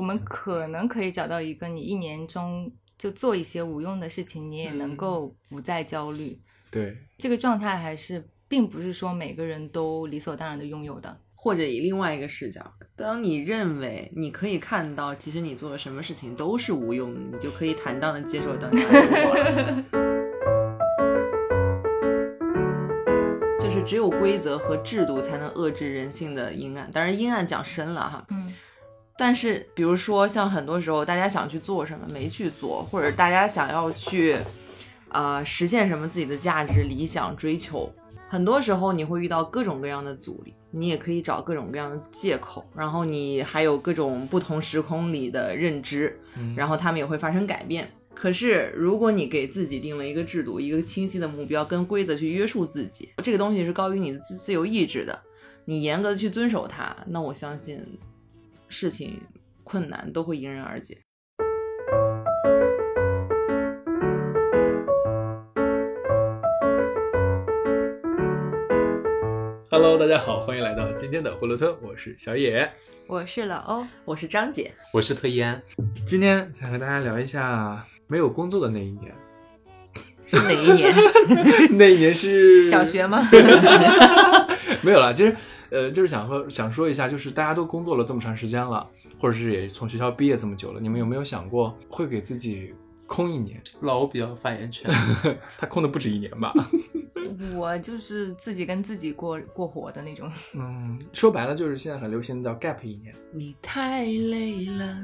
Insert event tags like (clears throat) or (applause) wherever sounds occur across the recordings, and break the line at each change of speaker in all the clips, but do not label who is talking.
们可能可以找到一个你一年中就做一些无用的事情，你也能够不再焦虑。
对，
这个状态还是并不是说每个人都理所当然的拥有的。
或者以另外一个视角，当你认为你可以看到，其实你做了什么事情都是无用的，你就可以坦荡的接受当下的结果了。 (laughs) 就是只有规则和制度才能遏制人性的阴暗，当然阴暗讲深了哈。
嗯，
但是，比如说，像很多时候大家想去做什么没去做，或者大家想要去，呃，实现什么自己的价值、理想、追求，很多时候你会遇到各种各样的阻力，你也可以找各种各样的借口，然后你还有各种不同时空里的认知，
嗯
然后他们也会发生改变。可是，如果你给自己定了一个制度、一个清晰的目标跟规则去约束自己，这个东西是高于你的自自由意志的，你严格的去遵守它，那我相信事情困难都会迎刃而解。
Hello，大家好，欢迎来到今天的葫芦吞，我是小野，
我是哦老欧，
我是张姐，
我是特一安，
今天想和大家聊一下没有工作的那一年，
是哪一年？
那一年是
小学吗？
(laughs) 没有啦，其实呃，就是想说想说一下，就是大家都工作了这么长时间了，或者是也从学校毕业这么久了，你们有没有想过会给自己空一年？
老欧比较有发言权。
(laughs) 他空的不止一年吧？
(laughs) 我就是自己跟自己过过活的那种。
嗯，说白了就是现在很流行的叫 gap 一年。
你太累了，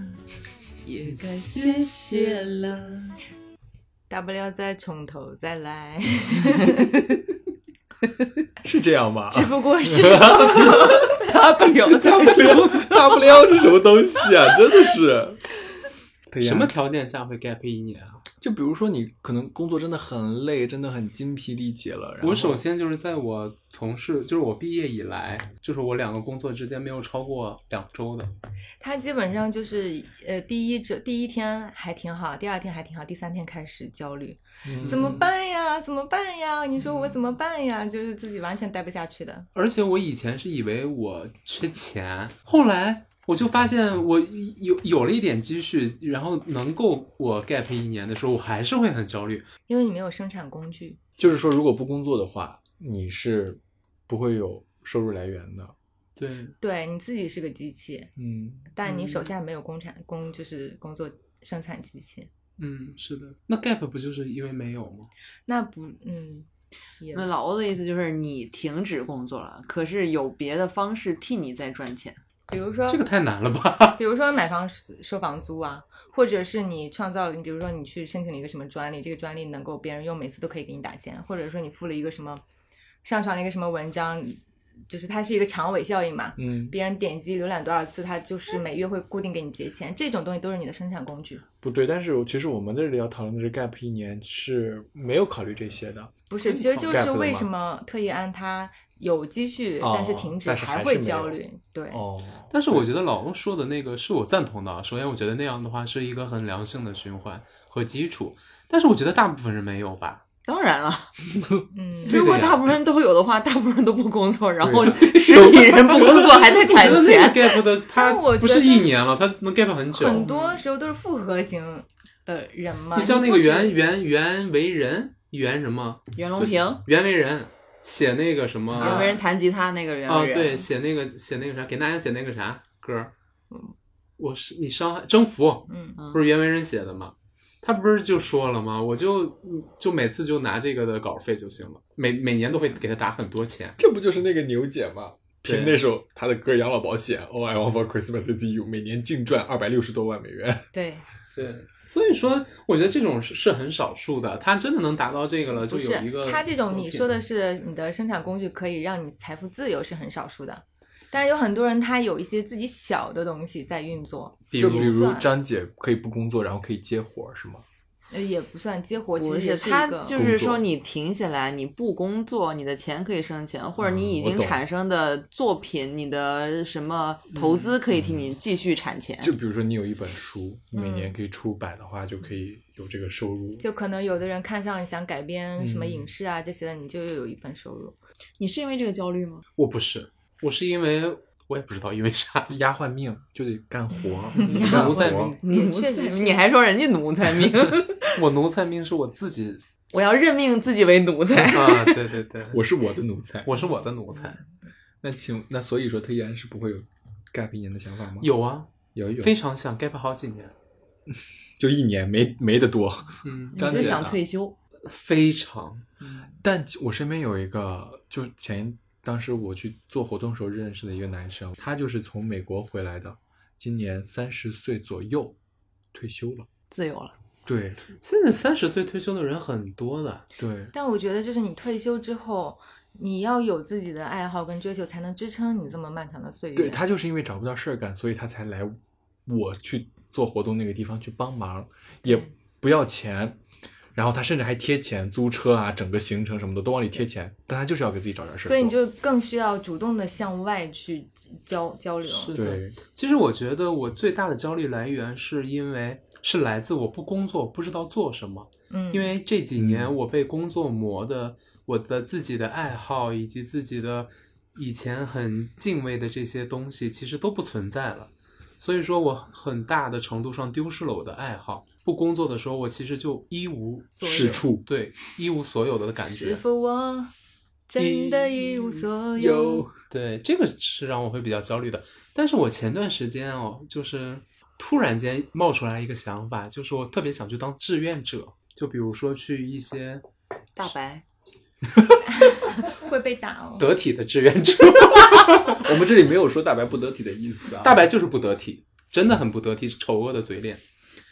也该歇歇了。
大不了再从头再 (laughs) 来，
是这样吗？
只不过 (laughs) 是从头
大不了再说。
大不了是什么东西 (laughs) 啊？真的是。对呀
什么条件下会 gap 一年啊？
就比如说你可能工作真的很累，真的很精疲力竭了。然后
我首先就是在我从事，就是我毕业以来，就是我两个工作之间没有超过两周的。
他基本上就是呃，第一周第一天还挺好，第二天还挺好，第三天开始焦虑，
嗯
怎么办呀？怎么办呀？你说我怎么办呀？就是自己完全待不下去的。
而且我以前是以为我缺钱，后来我就发现我有有了一点积蓄，然后能够我 gap 一年的时候，我还是会很焦虑。
因为你没有生产工具，
就是说，如果不工作的话，你是不会有收入来源的。
对，
对你自己是个机器，
嗯，
但你手下没有工产工，就是工作生产机器，
嗯，是的。那 gap 不就是因为没有吗？
那不，嗯，也
那老欧的意思就是你停止工作了，可是有别的方式替你在赚钱。
比如说
这，个太难了吧？
比如说买房收收房租啊，或者是你创造了，你比如说你去申请了一个什么专利，这个专利能够别人用，每次都可以给你打钱，或者说你附了一个什么，上传了一个什么文章，就是它是一个长尾效应嘛，
嗯，
别人点击浏览多少次，它就是每月会固定给你结钱，这种东西都是你的生产工具。
不对，但是我其实我们这里要讨论的是 gap 一年是没有考虑这些的。
不是，
嗯
其实就
好 gap
是
的
为
嘛
什么特意安他有积蓄，
哦
但是停止
但是还
会
是没
焦
有
虑。对，
哦，
但是我觉得老欧说的那个是我赞同的啊。首先，我觉得那样的话是一个很良性的循环和基础。但是我觉得大部分人没有
(laughs)
吧？
当然了，
嗯，
如果
对的呀
大部分人都有的话，大 (laughs) 部分人都不工作，然后
对
实体人不工作 (laughs) 还在
我觉
产
得那
钱。
(laughs) 个 gap 的它
但我觉得
不是一年了，它能 gap 很久。
很多时候都是复合型的人嘛。
你像那个
不止
袁袁袁为人袁什么
袁隆
就是
平，
袁为人写那个什么
袁
啊
为人弹吉他那个袁
啊
为人，
对，写那个写那个啥，给大家写那个啥歌儿，我是你伤害征服，
嗯，
嗯
不是袁惟仁写的吗？他不是就说了吗？我就嗯就每次就拿这个的稿费就行了，每每年都会给他打很多钱。
这不就是那个牛姐吗？
对
凭那首她的歌《养老保险》，All I Want for Christmas is You，每年净赚二百六十多万美元。
对，
对，所以说我觉得这种是是很少数的，他真的能达到这个了，就
不
有
是
一个
他这种你
作品
说的是你的生产工具可以让你财富自由是很少数的，但是有很多人他有一些自己小的东西在运作，
比
就
如
比如
算
张姐可以不工作，然后可以接活儿，是吗？
呃也不算接活，其
不
实也
是，
一
他
个
就
工
是
作
说你停下来，你不工作，你的钱可以生钱，或者
嗯
你已
我
经
懂
产生的作品，你的什么投资可以替
嗯
你继续产钱。
就比如说你有一本书，你每
嗯
年可以出版的话，就可以有这个收入。
就可能有的人看上想改编什么
嗯
影视啊这些的，你就又有一份收入。
你是因为这个焦虑吗？
我不是，我是因为我也不知道因为啥。
丫鬟命就得干活，
嗯
(laughs) 奴才
活
命，
你
奴
确
才
实是
你还说人家奴才命，
我奴才命是我
(laughs)
自己
(laughs) 我要任命自己为奴才。
啊！对对对，
我是我的奴才。
我是我的奴才。
那请那所以说，他依然是不会有 gap 一年的想法吗？
有啊，
有有，
非常想 gap 好几年。
就一年没没得多。
嗯，
你
张
就
姐
想
呢
退休，
非常。
但我身边有一个，就前当时我去做活动时候认识的一个男生，他就是从美国回来的，今年三十岁左右退休了。
自由了。
对
现在三十岁退休的人很多的，
对，
但我觉得就是你退休之后，你要有自己的爱好跟追求，才能支撑你这么漫长的岁月。
对他就是因为找不到事儿干，所以他才来我去做活动那个地方去帮忙，也不要钱，然后他甚至还贴钱，租车啊，整个行程什么的都往里贴钱，但他就是要给自己找点事儿做。
所以你就更需要主动的向外去交交流。
是的。
对，
其实我觉得我最大的焦虑来源是因为是来自我不工作不知道做什么，
嗯，
因为这几年
嗯
我被工作磨的，我的自己的爱好以及自己的以前很敬畏的这些东西，其实都不存在了。所以说，我很大的程度上丢失了我的爱好。不工作的时候，我其实就一无
所有
是处
对一无所有的感
是
觉。
否我真的一无所有？
对，这个是让我会比较焦虑的。但是我前段时间哦，就是突然间冒出来一个想法，就是我特别想去当志愿者，就比如说去一些
大白，
会被打哦。
得体的志愿者。
我们这里没有说大白不得体的意思啊。
大白就是不得体，真的很不得体，是丑恶的嘴脸。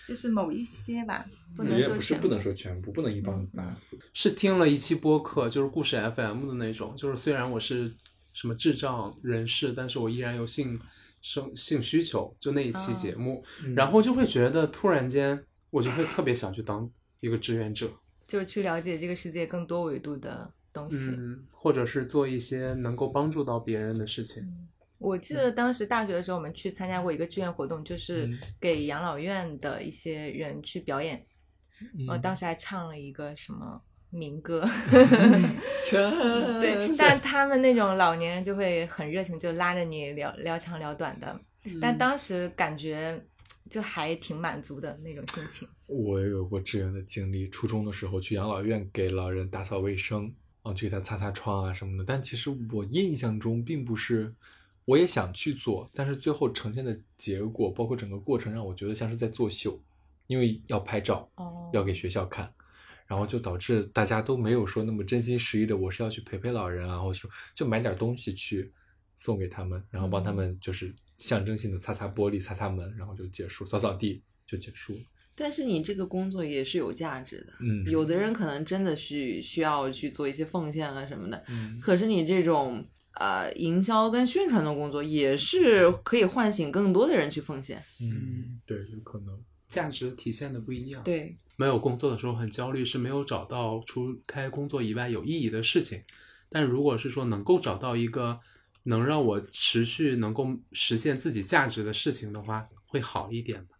就是某一些吧，不
也不是
全
不
部。
能说全部，不能一棒子打死。
是听了一期播客，就是故事 FM 的那种，就是虽然我是什么智障人士，但是我依然有性生性需求，就那一期
哦
节目，
嗯
然后就会觉得突然间我就会特别想去当一个志愿者。
就是去了解这个世界更多维度的东西。
嗯，或者是做一些能够帮助到别人的事情。
我记得当时大学的时候，我们去参加过一个志愿活动，就是
嗯
给养老院的一些人去表演。我
嗯
当时还唱了一个什么民歌，对，但他们那种老年人就会很热情，就拉着你聊聊长聊短的。但当时感觉就还挺满足的那种心情。
我也有过志愿的经历，初中的时候去养老院给老人打扫卫生，啊，去给他擦擦窗啊什么的。但其实我印象中并不是，我也想去做，但是最后呈现的结果，包括整个过程，让我觉得像是在作秀，因为要拍照，
哦
要给学校看。然后就导致大家都没有说那么真心实意的，我是要去陪陪老人啊，或者说就买点东西去送给他们，然后帮他们就是象征性的擦擦玻璃、擦擦门，然后就结束，扫扫地就结束了。
但是你这个工作也是有价值的。
嗯，
有的人可能真的需需要去做一些奉献啊什么的，
嗯
可是你这种呃营销跟宣传的工作，也是可以唤醒更多的人去奉献。
嗯，对，有可能。
价值体现的不一样。，
对，
没有工作的时候很焦虑，是没有找到除开工作以外有意义的事情。但如果是说能够找到一个能让我持续能够实现自己价值的事情的话，会好一点吧。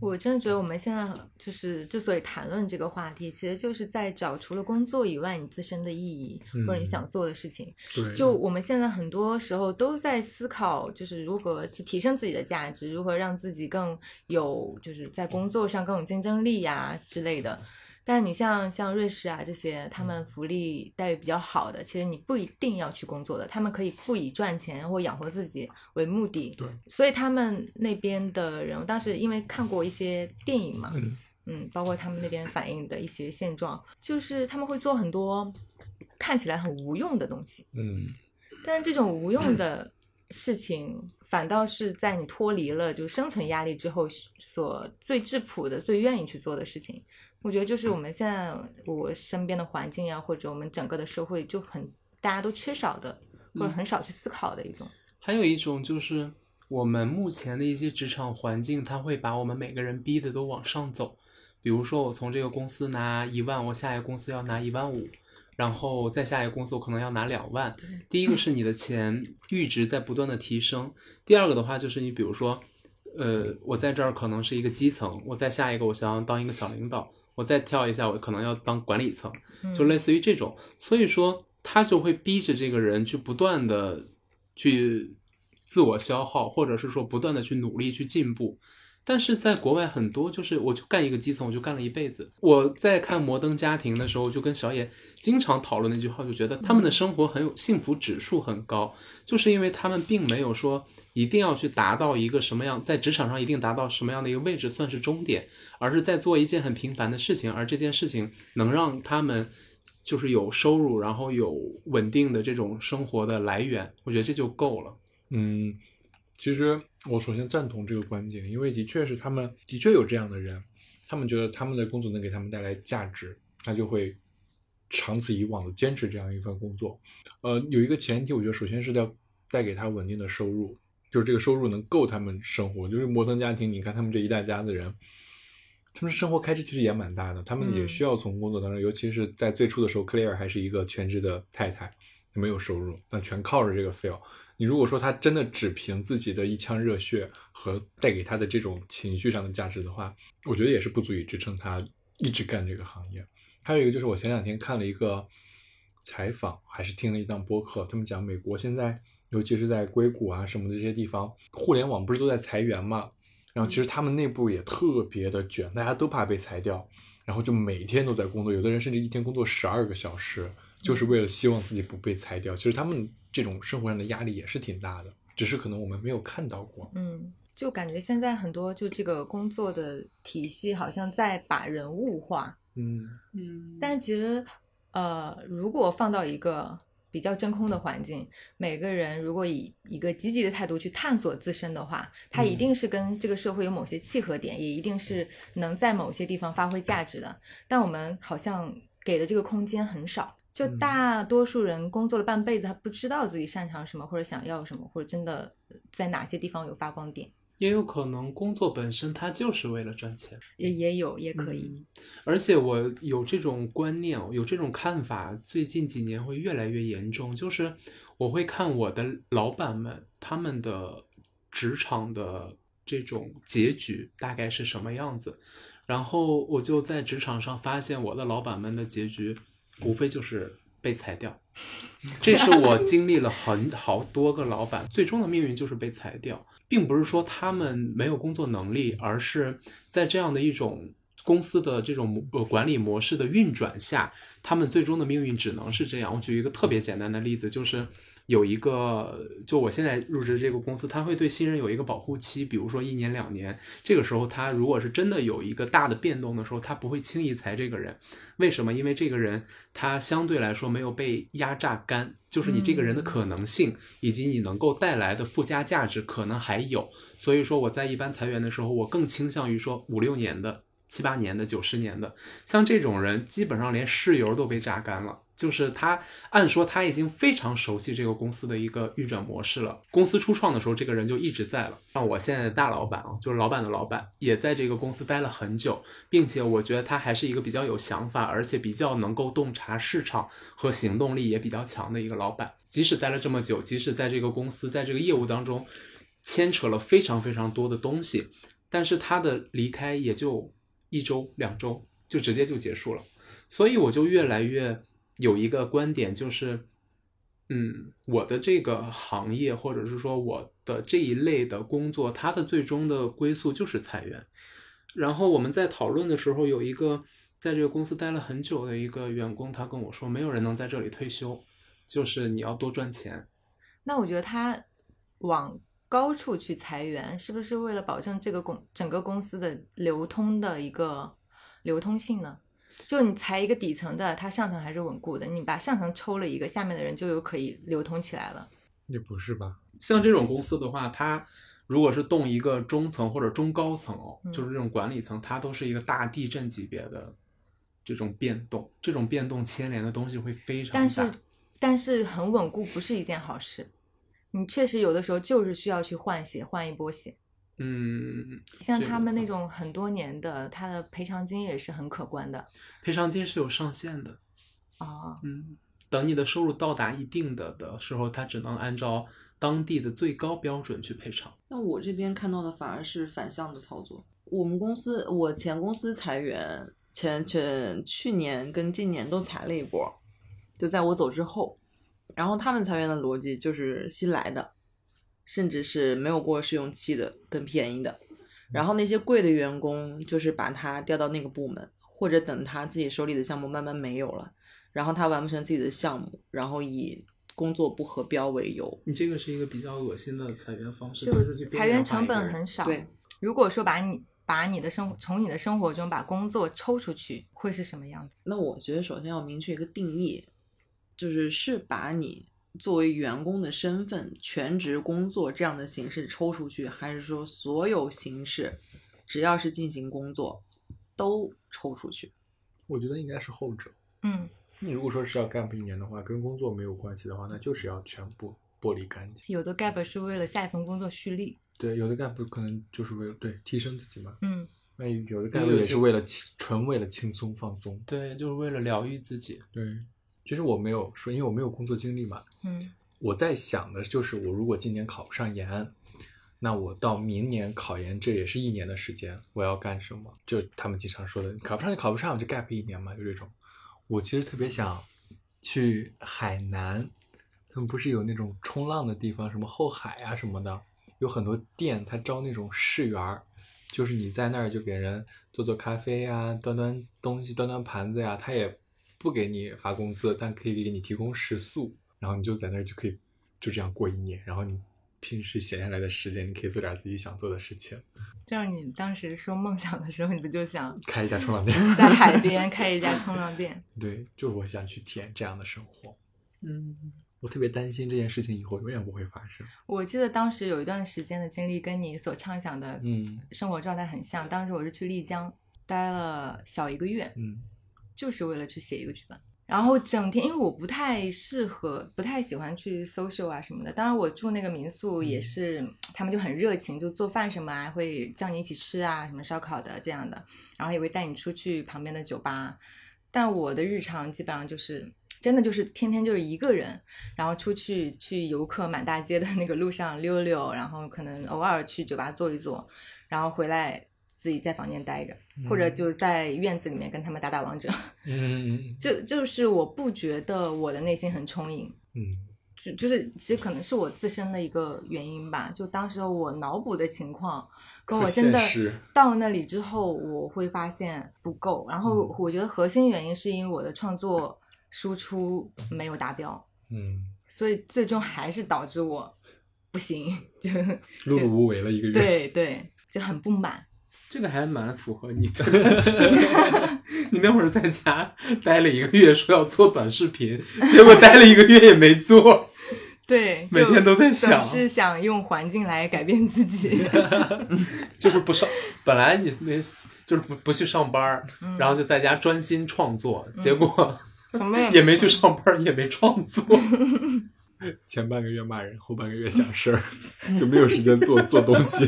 我真的觉得我们现在很就是之所以谈论这个话题，其实就是在找除了工作以外你自身的意义，或者你
嗯
想做的事情。
对，
就我们现在很多时候都在思考，就是如何去提升自己的价值，如何让自己更有，就是在工作上更有竞争力呀、之类的。但你像像瑞士啊这些，他们福利待遇比较好的，其实你不一定要去工作的，他们可以不以赚钱或养活自己为目的。
对，
所以他们那边的人，我当时因为看过一些电影嘛，
嗯
嗯，包括他们那边反映的一些现状，就是他们会做很多看起来很无用的东西，
嗯，
但这种无用的事情，反倒是在你脱离了就是生存压力之后所最质朴的、最愿意去做的事情。我觉得就是我们现在我身边的环境啊呀，或者我们整个的社会就很大家都缺少的，或者
嗯
很少去思考的一种。
还有一种就是我们目前的一些职场环境，它会把我们每个人逼的都往上走。比如说，我从这个公司拿一万，我下一个公司要拿一万五，然后再下一个公司我可能要拿两万。第一个是你的钱阈值在不断的提升，第二个的话就是你比如说，呃，我在这儿可能是一个基层，我再下一个我想要当一个小领导，我再跳一下我可能要当管理层。
嗯
就类似于这种。所以说，他就会逼着这个人去不断的去自我消耗，或者是说不断的去努力去进步。但是在国外很多就是，我就干一个基层，我就干了一辈子。我在看《摩登家庭》的时候，就跟小野经常讨论那句话，就觉得他们的生活很有幸福指数很高，就是因为他们并没有说一定要去达到一个什么样，在职场上一定达到什么样的一个位置算是终点，而是在做一件很平凡的事情，而这件事情能让他们就是有收入，然后有稳定的这种生活的来源，我觉得这就够了。
嗯，其实我首先赞同这个观点，因为的确是他们的确有这样的人，他们觉得他们的工作能给他们带来价值，他就会长此以往的坚持这样一份工作。呃，有一个前提，我觉得首先是要带给他稳定的收入，就是这个收入能够他们生活。就是摩登家庭，你看他们这一大家子人，他们生活开支其实也蛮大的，他们也
嗯
需要从工作当中，尤其是在最初的时候，克雷尔还是一个全职的太太，她没有收入，那全靠着这个 Phil。你如果说他真的只凭自己的一腔热血和带给他的这种情绪上的价值的话，我觉得也是不足以支撑他一直干这个行业。还有一个就是我前两天看了一个采访，还是听了一档播客，他们讲美国现在，尤其是在硅谷啊什么的这些地方，互联网不是都在裁员嘛？然后其实他们内部也特别的卷，大家都怕被裁掉，然后就每天都在工作，有的人甚至一天工作十二个小时，就是为了希望自己不被裁掉。其实他们这种生活上的压力也是挺大的，只是可能我们没有看到过。
嗯，就感觉现在很多就这个工作的体系好像在把人物化，
嗯
嗯
但其实呃，如果放到一个比较真空的环境，每个人如果以一个积极的态度去探索自身的话，他一
嗯
定是跟这个社会有某些契合点，也一定是能在某些地方发挥价值的。但我们好像给的这个空间很少。就
嗯
大多数人工作了半辈子，他不知道自己擅长什么，或者想要什么，或者真的在哪些地方有发光点。
也有可能工作本身它就是为了赚钱。
也也有，也可以。
嗯而且我有这种观念，哦有这种看法，最近几年会越来越严重。就是我会看我的老板们他们的职场的这种结局大概是什么样子，然后我就在职场上发现我的老板们的结局，无非就是被裁掉。这是我经历了很好多个老板，最终的命运就是被裁掉，并不是说他们没有工作能力，而是在这样的一种公司的这种模呃管理模式的运转下，他们最终的命运只能是这样。我举一个特别简单的例子，就是有一个，就我现在入职这个公司，他会对新人有一个保护期，比如说一年两年。这个时候，他如果是真的有一个大的变动的时候，他不会轻易裁这个人。为什么？因为这个人他相对来说没有被压榨干，就是你这个人的可能性、以及你能够带来的附加价值可能还有。所以说我在一般裁员的时候，我更倾向于说五六年的、七八年的、九十年的，像这种人基本上连室友都被榨干了。就是他，按说他已经非常熟悉这个公司的一个运转模式了。公司初创的时候，这个人就一直在了。像我现在的大老板啊，就是老板的老板，也在这个公司待了很久，并且我觉得他还是一个比较有想法，而且比较能够洞察市场和行动力也比较强的一个老板。即使待了这么久，即使在这个公司，在这个业务当中牵扯了非常非常多的东西，但是他的离开也就一周两周就直接就结束了。所以我就越来越有一个观点，就是，嗯，我的这个行业或者是说我的这一类的工作，它的最终的归宿就是裁员。然后我们在讨论的时候，有一个在这个公司待了很久的一个员工，他跟我说，没有人能在这里退休，就是你要多赚钱。
那我觉得他往高处去裁员，是不是为了保证这个公整个公司的流通的一个流通性呢？就你裁一个底层的，它上层还是稳固的。你把上层抽了一个，下面的人就有可以流通起来了。
也不是吧？
像这种公司的话，它如果是动一个中层或者中高层哦，
嗯
就是这种管理层，它都是一个大地震级别的这种变动，这种变动牵连的东西会非常大。
但是，但是很稳固不是一件好事。你确实有的时候就是需要去换血，换一波血。
嗯，
像
这个
他们那
嗯
种很多年的，他的赔偿金也是很可观的
赔偿金是有上限的。
啊。
嗯，等你的收入到达一定的的时候，它只能按照当地的最高标准去赔偿。
那我这边看到的反而是反向的操作。我们公司，我前公司裁员，前前去年跟今年都裁了一波，就在我走之后。然后他们裁员的逻辑就是新来的，甚至是没有过试用期的更便宜的。然后那些贵的员工就是把他调到那个部门，或者等他自己手里的项目慢慢没有了，然后他完不成自己的项目，然后以工作不合标为由。
你这个是一个比较恶心的裁员方式，
就
就是去边
裁
缘
员
化
成
一个
本
人
很少。
对，
如果说把你把你的生活从你的生活中把工作抽出去，会是什么样子？
那我觉得首先要明确一个定义，就是是把你作为员工的身份、全职工作这样的形式抽出去，还是说所有形式只要是进行工作都抽出去？
我觉得应该是后者。
嗯，
你如果说是要 gap 一年的话，跟工作没有关系的话，那就是要全部剥离干净。
有的 gap 是为了下一份工作蓄力。
对，有的 gap 可能就是为了对提升自己嘛，
嗯，
那有的
对
gap
有
也
些
是为了轻纯为了轻松放松。
对，就是为了疗愈自己。
对，其实我没有说，因为我没有工作经历嘛，
嗯，
我在想的就是，我如果今年考不上研，那我到明年考研，这也是一年的时间，我要干什么？就他们经常说的，考不上就考不上，就 gap 一年嘛，就这种。我其实特别想去海南，他们不是有那种冲浪的地方，什么后海啊什么的，有很多店，他招那种试员儿，就是你在那儿就给人做做咖啡呀、端端东西、端端盘子呀、他也不给你发工资，但可以给你提供食宿，然后你就在那儿就可以就这样过一年，然后你平时闲下来的时间，你可以做点自己想做的事情，
就是你当时说梦想的时候，你不就 (laughs) 想
开一家冲浪店。
在海边开一家冲浪 (laughs) 店？
(laughs) 对，就是我想去体验这样的生活，
嗯，
我特别担心这件事情以后永远不会发生。
我记得当时有一段时间的经历，跟你所畅想的
嗯
生活状态很像。当时我是去丽江待了小一个月，
嗯
就是为了去写一个剧本。然后整天，因为我不太适合，不太喜欢去 social 啊什么的。当然，我住那个民宿也是，他们就很热情，就做饭什么啊，会叫你一起吃啊，什么烧烤的这样的，然后也会带你出去旁边的酒吧。但我的日常基本上就是，真的就是天天就是一个人，然后出去去游客满大街的那个路上溜溜，然后可能偶尔去酒吧坐一坐，然后回来自己在房间待着，或者就在院子里面跟他们打打王者。
嗯嗯
就就是我不觉得我的内心很充盈，
嗯，
就就是其实可能是我自身的一个原因吧。就当时我脑补的情况，跟我
特
真的
现实
到那里之后，我会发现不够。然后
嗯
我觉得核心原因是因为我的创作输出没有达标，
嗯，
所以最终还是导致我不行， (laughs) 就
碌碌无为了一个月。
对对，就很不满。
这个还蛮符合你的感觉。你那会儿在家待了一个月，说要做短视频，结果待了一个月也没做。
对，
每
就
天都在
总
想
是想用环境来改变自己。
(laughs) 就是不上，本来你那就是不不去上班儿，
嗯
然后就在家专心创作，结果
什么也
也没去上班儿，也没创作。 (laughs)
前半个月骂人，后半个月想事儿， (laughs) 就没有时间做做东西。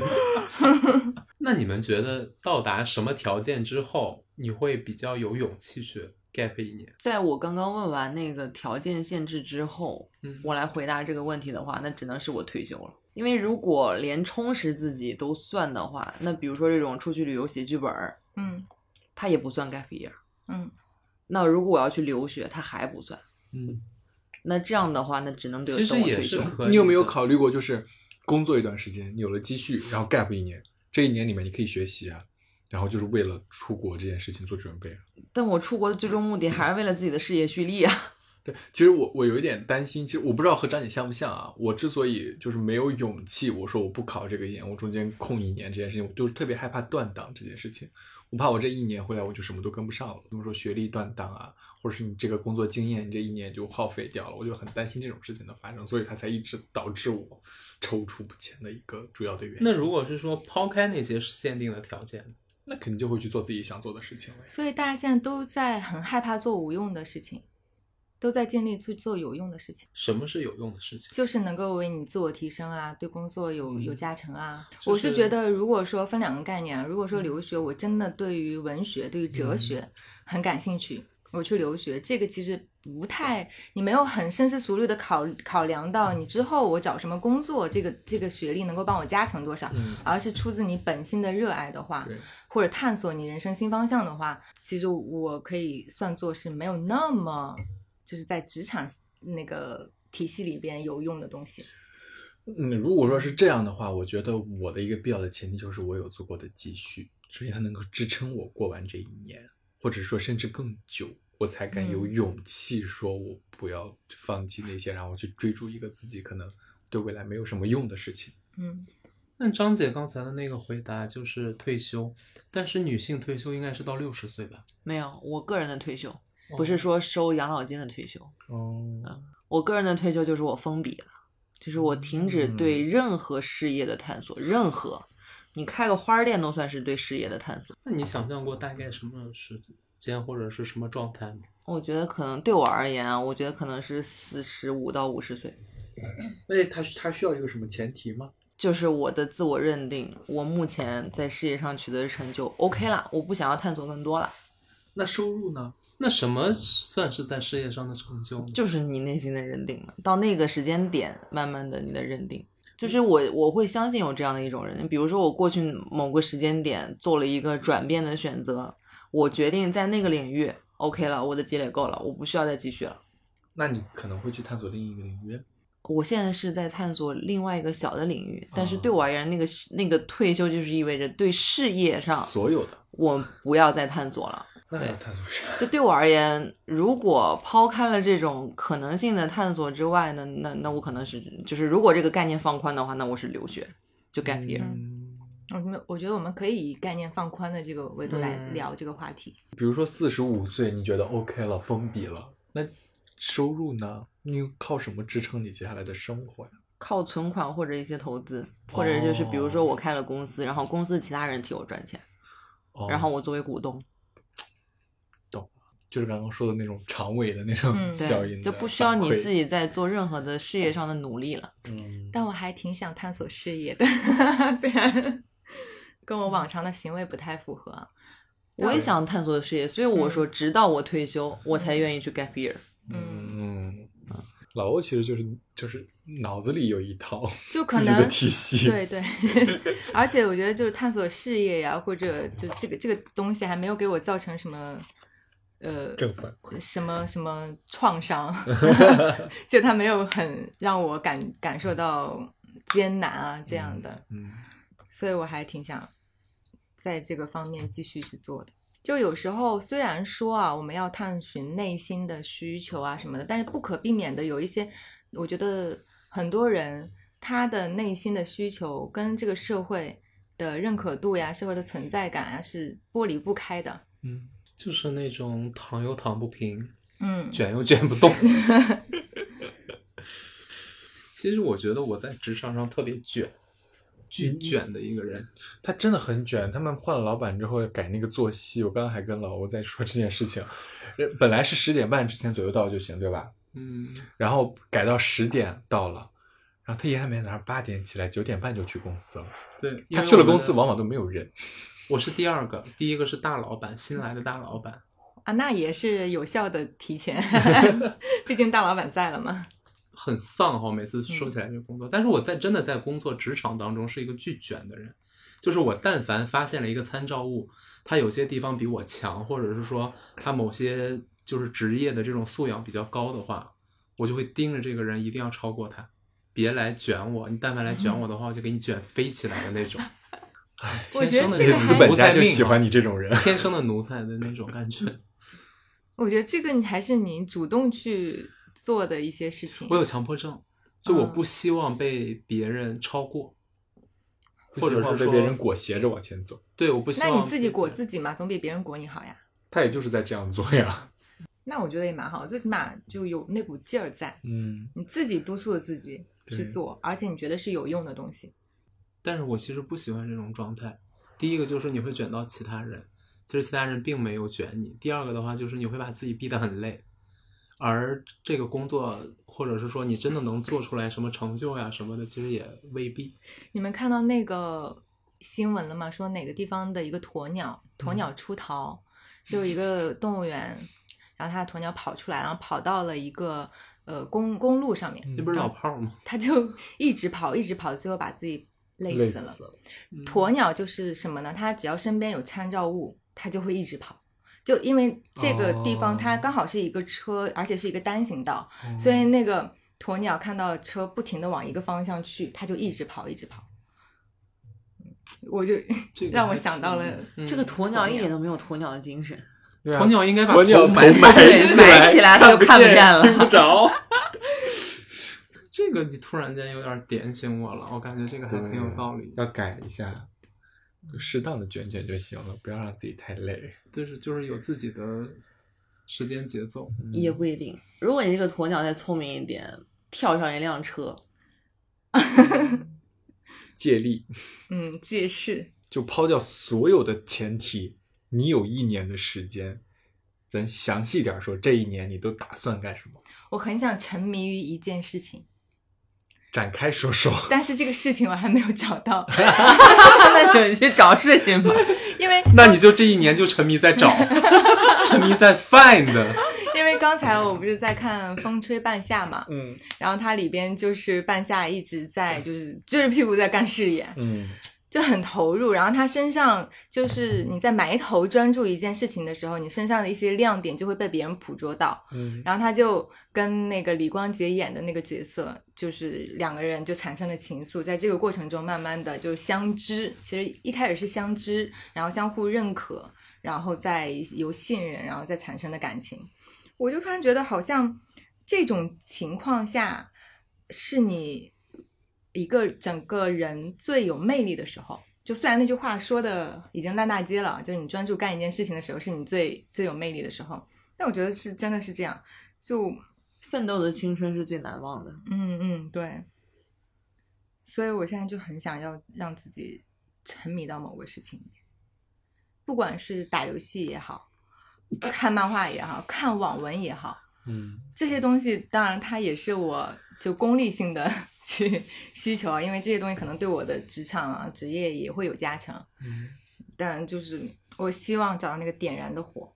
那你们觉得到达什么条件之后，你会比较有勇气去 gap 一年？
在我刚刚问完那个条件限制之后，
嗯
我来回答这个问题的话，那只能是我退休了。因为如果连充实自己都算的话，那比如说这种出去旅游写剧本儿，
嗯
它也不算 gap year。
嗯，
那如果我要去留学，它还不算。
嗯，
那这样的话，那只能得
其实
等我
也
退
是
休。
可以。
你有没有？考虑过，就是工作一段时间，你有了积蓄，然后 gap 一年，这一年里面你可以学习啊，然后就是为了出国这件事情做准备啊。
但我出国的最终目的还是为了自己的事业蓄力啊。 (laughs)
对，其实我我有一点担心，其实我不知道和张姐像不像啊。我之所以就是没有勇气，我说我不考这个研，我中间空一年这件事情，我就是特别害怕断档这件事情。我怕我这一年回来我就什么都跟不上了，比如说学历断档啊，或者是你这个工作经验，你这一年就耗费掉了，我就很担心这种事情的发生，所以它才一直导致我踌躇不前的一个主要的原因。
那如果是说抛开那些限定的条件，
那肯定就会去做自己想做的事情了呀。
所以大家现在都在很害怕做无用的事情，都在尽力去做有用的事情，
什么是有用的事情？
就是能够为你自我提升啊，对工作有有加成啊。
就是
我是觉得，如果说分两个概念啊，如果说留学，我真的对于文学、对于哲学很感兴趣，我去留学，这个其实不太，你没有很深思熟虑的考考量到你之后我找什么工作，这个这个学历能够帮我加成多少，
嗯，
而是出自你本心的热爱的话，
对，
或者探索你人生新方向的话，其实我可以算作是没有那么就是在职场那个体系里边有用的东西。
嗯，如果说是这样的话，我觉得我的一个必要的前提就是我有足够的积蓄，所以它能够支撑我过完这一年，或者说甚至更久，我才敢有
嗯
勇气说我不要放弃那些，然后去追逐一个自己可能对未来没有什么用的事情。
嗯，
那张姐刚才的那个回答就是退休，但是女性退休应该是到六十岁吧？
没有，我个人的退休不
哦
是说收养老金的退休，
哦，
我个人的退休就是我封笔了，就是我停止
嗯
对任何事业的探索，任何。你开个花儿店都算是对事业的探索，
那你想象过大概什么时间或者是什么状态吗？
我觉得可能对我而言啊，我觉得可能是四十五到五十岁，
而且它它需要一个什么前提吗？
就是我的自我认定，我目前在事业上取得的成就 OK 了，我不想要探索更多了，
那收入呢？
那什么算是在事业上的成就呢？
就是你内心的认定了。到那个时间点，慢慢的你的认定，就是我我会相信有这样的一种人，比如说我过去某个时间点做了一个转变的选择，我决定在那个领域 OK 了，我的积累够了，我不需要再继续了。
那你可能会去探索另一个领域。
我现在是在探索另外一个小的领域，但是
哦
对我而言，那个那个退休就是意味着对事业上
所有的，
我不要再探索了。
那还
对
要探索啥？
就对我而言，如果抛开了这种可能性的探索之外呢，那那我可能是就是如果这个概念放宽的话，那我是留学，就 gap year。
嗯
我们我觉得我们可以以概念放宽的这个维度来
嗯
聊这个话题。
比如说四十五岁，你觉得 OK 了，封笔了，那收入呢？你又靠什么支撑你接下来的生活呀？
靠存款或者一些投资，或者就是比如说我开了公司，然后公司其他人替我赚钱，
哦
然后我作为股东，
就是刚刚说的那种长尾的那种
嗯对
效应、
对，就不需要你自。己再做任何的事业上的努力了。
嗯，
但我还挺想探索事业的， (laughs) 虽然跟我往常的行为不太符合。
我也想探索事业，所以我说，直到我退休，我才愿意去 gap year。
嗯嗯，老欧其实就是就是脑子里有一套
就可
自己的
能
体系。
对对， (laughs) 而且我觉得就是探索事业呀，或者就这个这个东西还没有给我造成什么呃
正反馈
什么什么创伤，就它没有很让我感感受到艰难啊这样的，
嗯，
所以我还挺想在这个方面继续去做的。就有时候虽然说啊，我们要探寻内心的需求啊什么的，但是不可避免的有一些，我觉得很多人他的内心的需求跟这个社会的认可度呀、社会的存在感啊是剥离不开的。
嗯，就是那种躺又躺不平，
嗯，
卷又卷不动。 (laughs) 其实我觉得我在职场上特别卷，
嗯
巨卷的一个人。
他真的很卷。他们换了老板之后改那个作息，我刚刚还跟老欧在说这件事情。呃本来是十点半之前左右到就行，对吧？
嗯，
然后改到十点到了，然后他也还没早上八点起来，九点半就去公司了。
对，因
他
为
去了
我们
公司，往往都没有人。
我是第二个，第一个是大老板，新来的大老板。
啊，那也是有效的提
(laughs)
前，毕竟大老板在了嘛。
很丧哈、每
嗯
次说起来这个工作，但是我在真的在工作职场当中是一个巨卷的人，就是我但凡发现了一个参照物，他有些地方比我强，或者是说他某些就是职业的这种素养比较高的话，我就会盯着这个人一定要超过他，别来卷我，你但凡来卷我的话，我就给你卷飞起来的那
(laughs)
种。唉，
哎我
天
觉得
生的
这个
奴
资
才
本家就
命
喜欢
啊
你这种人
天生的奴才的那种感觉。
我觉得这个你还是你主动去做的一些事情。
我有强迫症，就我
嗯
不希望被别人超过，
不
或
希
者
望
是
被
说
别人裹挟着往前走。
对，我不希
那
望
你自己
被
裹自己嘛，总比别人裹你好呀。
他也就是在这样做呀。
那我觉得也蛮好，最起码就有那股劲儿在，
嗯，
你自己督促自己去
对
做，而且你觉得是有用的东西。
但是我其实不喜欢这种状态。第一个就是你会卷到其他人，其实其他人并没有卷你。第二个的话就是你会把自己逼得很累，而这个工作或者是说你真的能做出来什么成就呀什么的，其实也未必。
你们看到那个新闻了吗？说哪个地方的一个鸵鸟，
嗯
鸵鸟出逃，就一个动物园，然后它的鸵鸟跑出来，然后跑到了一个呃公公路上面，
嗯
这不是老炮儿吗？
它就 (laughs) 一直跑，一直跑，最后把自己累
累
死了。
了。
嗯
鸵鸟就是什么呢？它只要身边有参照物，它就会一直跑。就因为这个地方
哦
它刚好是一个车，而且是一个单行道，所以那个鸵鸟看到车不停的往一个方向去，它就一直跑，一直跑。我就
这个
让我
还
想到了
挺，嗯
这个鸵鸟一点都没有鸵鸟的精神，
对啊
鸵鸟应该把
鸵鸟
头
头埋
对
起
埋
来，
起来它就看
不
不见了
听不着。
这个你突然间有点点醒我了，我感觉这个还挺有道理
(laughs)
的，
要改一下，就适当的卷卷就行了，不要让自己太累。
就是就是有自己的时间节奏。
也不一定。如果你这个鸵鸟再聪明一点，跳上一辆车，
借力，
嗯，借势，
就抛掉所有的前提，你有一年的时间，咱详细点儿说，这一年你都打算干什么？
我很想沉迷于一件事情，
展开
(laughs)
说说。
但是这个事情我还没有找到，
(laughs) 那就去找事情吧。
因为
(laughs) 那你就这一年就沉迷在
(laughs)
找，沉迷在 find。
因为刚才我不是在看《风吹半夏》嘛，
嗯
然后它里边就是半夏一直在就是撅着屁股在干事业，
嗯
就很投入。然后他身上就是你在埋头专注一件事情的时候，你身上的一些亮点就会被别人捕捉到。
嗯，
然后他就跟那个李光洁演的那个角色，就是两个人就产生了情愫，在这个过程中慢慢的就是相知。其实一开始是相知，然后相互认可，然后再由信任，然后再产生的感情。我就突然觉得，好像这种情况下是你一个整个人最有魅力的时候。就虽然那句话说的已经烂大街了，就是你专注干一件事情的时候，是你最最有魅力的时候。但我觉得是真的是这样，就
(laughs) 奋斗的青春是最难忘的。
嗯嗯对，所以我现在就很想要让自己沉迷到某个事情里面，不管是打游戏也好，看漫画也好，看网文也好，
嗯，
这些东西当然它也是我就功利性的 (laughs) 去需求啊，因为这些东西可能对我的职场啊、职业也会有加成，
嗯
但就是我希望找到那个点燃的火，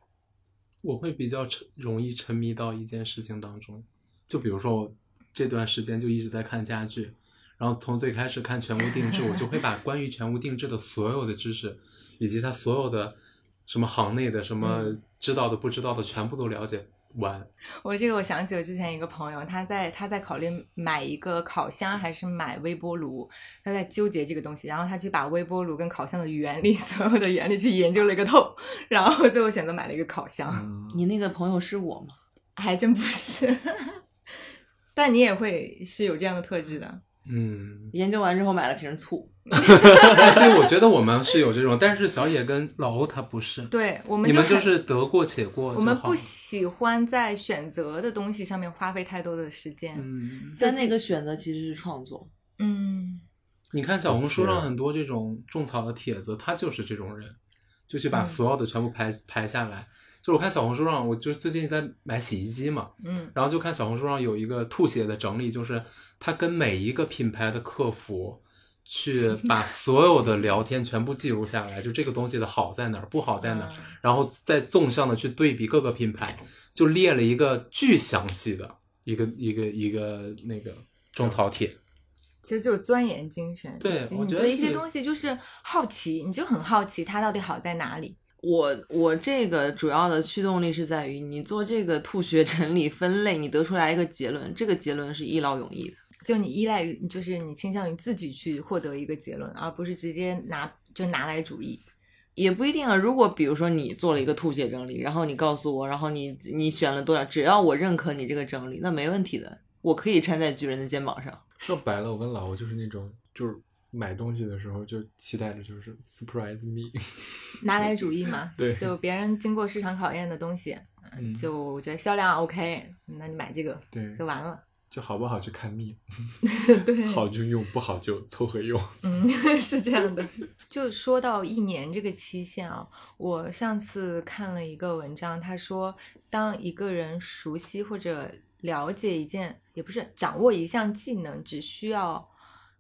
我会比较沉容易沉迷到一件事情当中，就比如说我这段时间就一直在看家具，然后从最开始看全屋定制，我就会把关于全屋定制的所有的知识，以及它所有的什么行内的什么
嗯
知道的不知道的全部都了解完。
我这个我想起我之前一个朋友，他在他在考虑买一个烤箱还是买微波炉，他在纠结这个东西，然后他去把微波炉跟烤箱的原理 (laughs) 所有的原理去研究了一个透，然后最后选择买了一个烤箱，
嗯
你那个朋友是我吗？
(laughs) 还真不是。但你也会是有这样的特质的， (laughs)
嗯，
研究完之后买了瓶醋，
哎对，我觉得我们是有这种，但是小野跟老欧他不是，
对我们
你们
就
就
很
是得过且过就好，
我们不喜欢在选择的东西上面花费太多的时间。
嗯。
但那个选择其实是创作。
嗯
你看小红书
是
上很多这种种草的帖子，他就是这种人，就去把
嗯
所有的全部排、排下来。就是我看小红书上，我就最近在买洗衣机嘛，
嗯
然后就看小红书上有一个吐血的整理，就是他跟每一个品牌的客服去把所有的聊天全部记录下来，就这个东西的好在哪儿，不好在哪儿，
嗯
然后再纵向的去对比各个品牌，就列了一个巨详细的一个一个一个那个种草帖。
其实就是钻研精神。
对
就是
我
你
觉得
对一
这
些
个
东西就是好奇，你就很好奇它到底好在哪里。
我我这个主要的驱动力是在于你做这个吐血 (laughs) 整理分类，你得出来一个结论，这个结论是一劳永逸的。
就你依赖于，就是你倾向于自己去获得一个结论，而不是直接拿就拿来主义。
也不一定啊。如果比如说你做了一个吐血整理，然后你告诉我，然后你你选了多少，只要我认可你这个整理，那没问题的，我可以站在巨人的肩膀上。
说白了，我跟老吴就是那种，就是买东西的时候就期待着就是 surprise me。，
拿来主义嘛
(laughs)
对
就别人经过市场考验的东西，
嗯
就我觉得销量 OK，那你买这个
对，
就完了。 (laughs)
就好不好去看命，
对，
好就用，不好就凑合用。 (laughs)
嗯， (laughs) 是这样的。就说到一年这个期限啊，我上次看了一个文章，他说，当一个人熟悉或者了解一件，也不是掌握一项技能，只需要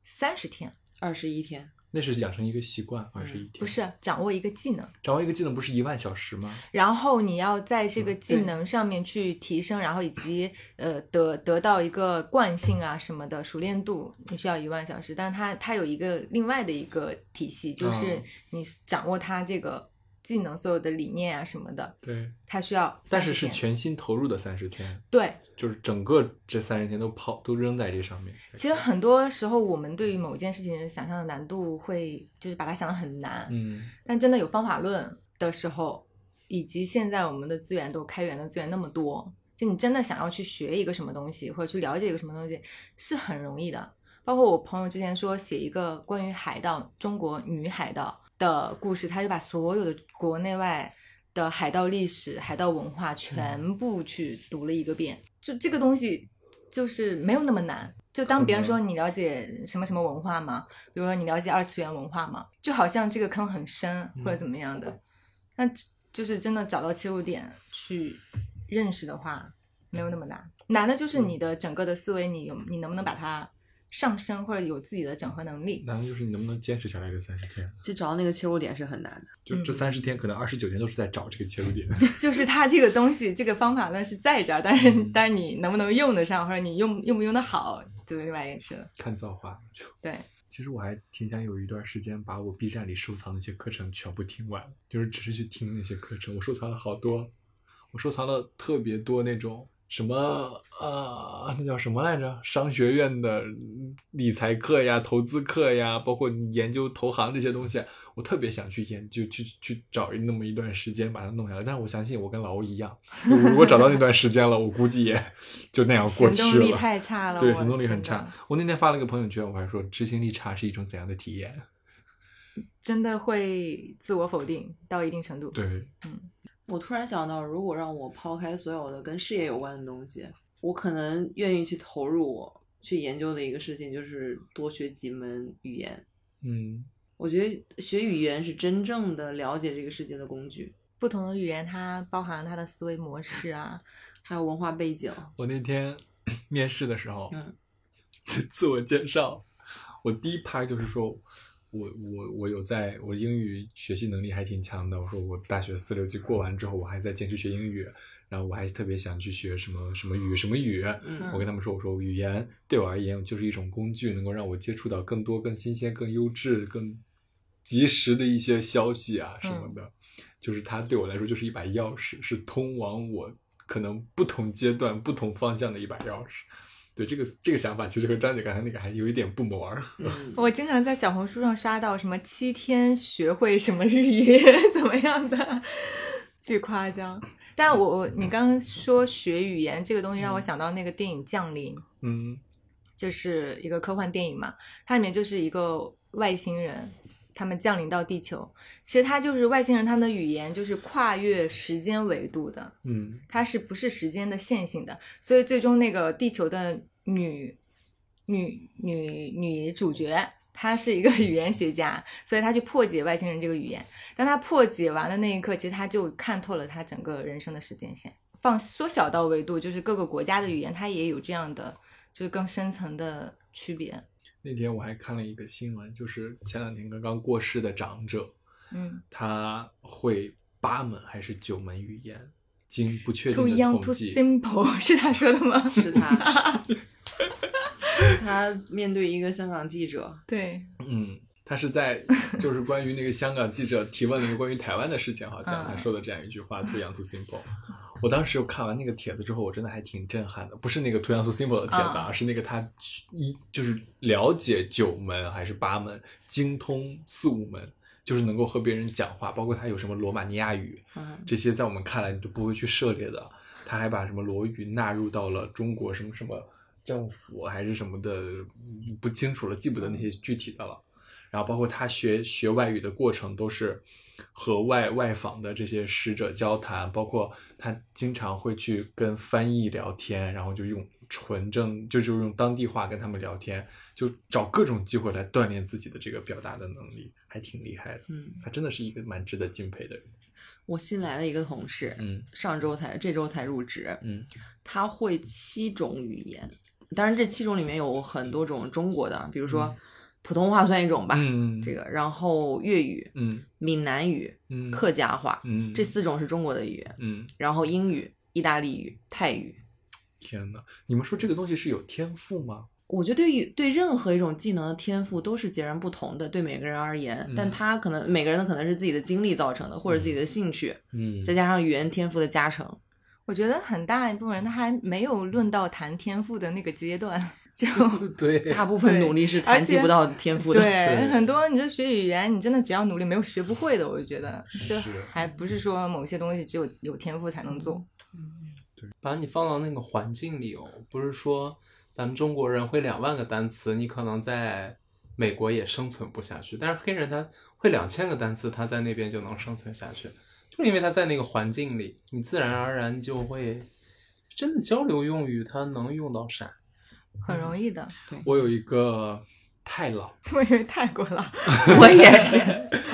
三十天，
二十一天，
那是养成一个习惯，还是一天？
嗯不是掌握一个技能，
掌握一个技能，不是一万小时吗？
然后你要在这
嗯
个技
对
能上面去提升，然后以及呃得得到一个惯性啊什么的熟练度，你需要一万小时，但它它有一个另外的一个体系，就是
嗯
你掌握它这个技能、所有的理念啊什么的，
对，
他需要30天。
但是是全心投入的三十天，
对。
就是整个这三十天都抛都扔在这上面。
其实很多时候，我们对于某一件事情想象的难度会就是把它想得很难，
嗯，
但真的有方法论的时候，以及现在我们的资源都开源的资源那么多，就你真的想要去学一个什么东西，或者去了解一个什么东西，是很容易的。包括我朋友之前说写一个关于海盗，中国女海盗的故事，他就把所有的国内外的海盗历史、海盗文化全部去读了一个遍。就这个东西，就是没有那么难。就当别人说
可
你了解什么什么文化吗？比如说你了解二次元文化吗？就好像这个坑很深
嗯
或者怎么样的，那、就是真的找到切入点去认识的话，没有那么难。难的就是
嗯
你的整个的思维，你有你能不能把它上升，或者有自己的整合能力。 (laughs)
难的就是你能不能坚持下来这三十天。
其实找到那个切入点是很难的。
就这
嗯
三十天，可能二十九天都是在找这个切
(laughs)
入点。
就是它这个东西，这个方法论是在这儿，但是
嗯
但是你能不能用得上，或者你用用不用得好，就是另外一件事了。
看造化。就
对，
其实我还挺想有一段时间把我 B 站里收藏的一些课程全部听完，就是只是去听那些课程。我收藏了好多，我收藏了特别多那种什么呃，那叫什么来着？商学院的嗯理财课呀、投资课呀，包括你研究投行这些东西，我特别想去研究，去去找那么一段时间把它弄下来。但是我相信我跟老欧一样，就我如果找到那段时间了，我估计也就那样过
行
去了。
动力太差了，
对，
我
行动力很
真的
差。我那天发了个朋友圈，我还说执行力差是一种怎样的体验？
真的会自我否定到一定程度。，
对，
我突然想到，如果让我抛开所有的跟事业有关的东西，我可能愿意去投入我去研究的一个事情，就是多学几门语言。
嗯，
我觉得学语言是真正的了解这个世界的工具，
不同的语言它包含它的思维模式啊，
还有文化背景。
我那天 (clears throat) 面试的时候，
嗯
(laughs) 自我介绍，我第一拍就是说我我我有在我英语学习能力还挺强的。我说我大学四六级过完之后，我还在坚持学英语，然后我还特别想去学什么什么语什么语。
嗯
我跟他们说，我说语言对我而言就是一种工具，能够让我接触到更多、更新鲜、更优质、更及时的一些消息啊什
嗯
么的。就是它对我来说就是一把钥匙，是通往我可能不同阶段、不同方向的一把钥匙。对这个这个想法，其实和张姐刚才那个还有一点不谋而合。
嗯，
我经常在小红书上刷到什么七天学会什么日语 (laughs) 怎么样的，巨夸张。但我我你刚刚说学语言这个东西，让我
嗯
想到那个电影《降临》。
嗯
就是一个科幻电影嘛，它里面就是一个外星人，他们降临到地球。其实它就是外星人，他们的语言就是跨越时间维度的，
嗯
它是不是时间的线性的？所以最终那个地球的女女女女主角，她是一个 (laughs) 语言学家，所以她去破解外星人这个语言。当她破解完的那一刻，其实她就看透了她整个人生的时间线。放缩小到维度，就是各个国家的语言，它也有这样的，就是更深层的区别。
那天我还看了一个新闻，就是前两天刚刚过世的长者，
嗯
他会八门还是九门语言，经不确
，too
定
young
的
too
统计。
simple (laughs) 是他说的吗？
是他，他面对一个香港记者，
(laughs) 对，
嗯，他是在就是关于那个香港记者提问了一个关于台湾的事情，好像
嗯
他说的这样一句话 “too young too simple”。我当时看完那个帖子之后，我真的还挺震撼的，不是那个 “too young too simple” 的帖子啊，
嗯
是那个他一就是了解九门还是八门，精通四五门，就是能够和别人讲话，包括他有什么罗马尼亚语，
嗯，
这些在我们看来你都不会去涉猎的。他还把什么罗语纳入到了中国什么什么政府啊还是什么的，嗯不清楚了，记不得那些具体的了。然后包括他学学外语的过程都是和外外访的这些使者交谈，包括他经常会去跟翻译聊天，然后就用纯正就就用当地话跟他们聊天，就找各种机会来锻炼自己的这个表达的能力，还挺厉害的。
嗯，
他真的是一个蛮值得敬佩的人。
我新来的一个同事，
嗯
上周才这周才入职，
嗯。
他会七种语言，当然这七种里面有很多种中国的，比如说
嗯
普通话算一种吧，
嗯，
这，个，然后粤语、
嗯
闽南语、
嗯，
客家话，
嗯，
这，四种是中国的语言，
嗯，
然后英语、意大利语、泰语，
天呐，你们说这个东西是有天赋吗？
我觉得对于对任何一种技能的天赋都是截然不同的，对每个人而言。
嗯
但他可能每个人的可能是自己的经历造成的，或者自己的兴趣，
嗯
再加上语言天赋的加成。
我觉得很大一部分人他还没有论到谈天赋的那个阶段， (laughs) 就
(laughs)
对，
大部分努力是
而
谈及
且
不到天赋的。
对很多你就学语言，你真的只要努力，没有学不会的。我觉得这
是
还不是说某些东西只有有天赋才能做。
把你放到那个环境里哦，不是说咱们中国人会两万个单词，你可能在美国也生存不下去，但是黑人他会两千个单词，他在那边就能生存下去，就是因为他在那个环境里，你自然而然就会真的交流用语，他能用到啥？
很容易的， (laughs)
我有一个太姥，
我以为泰国了，(laughs)
我也是。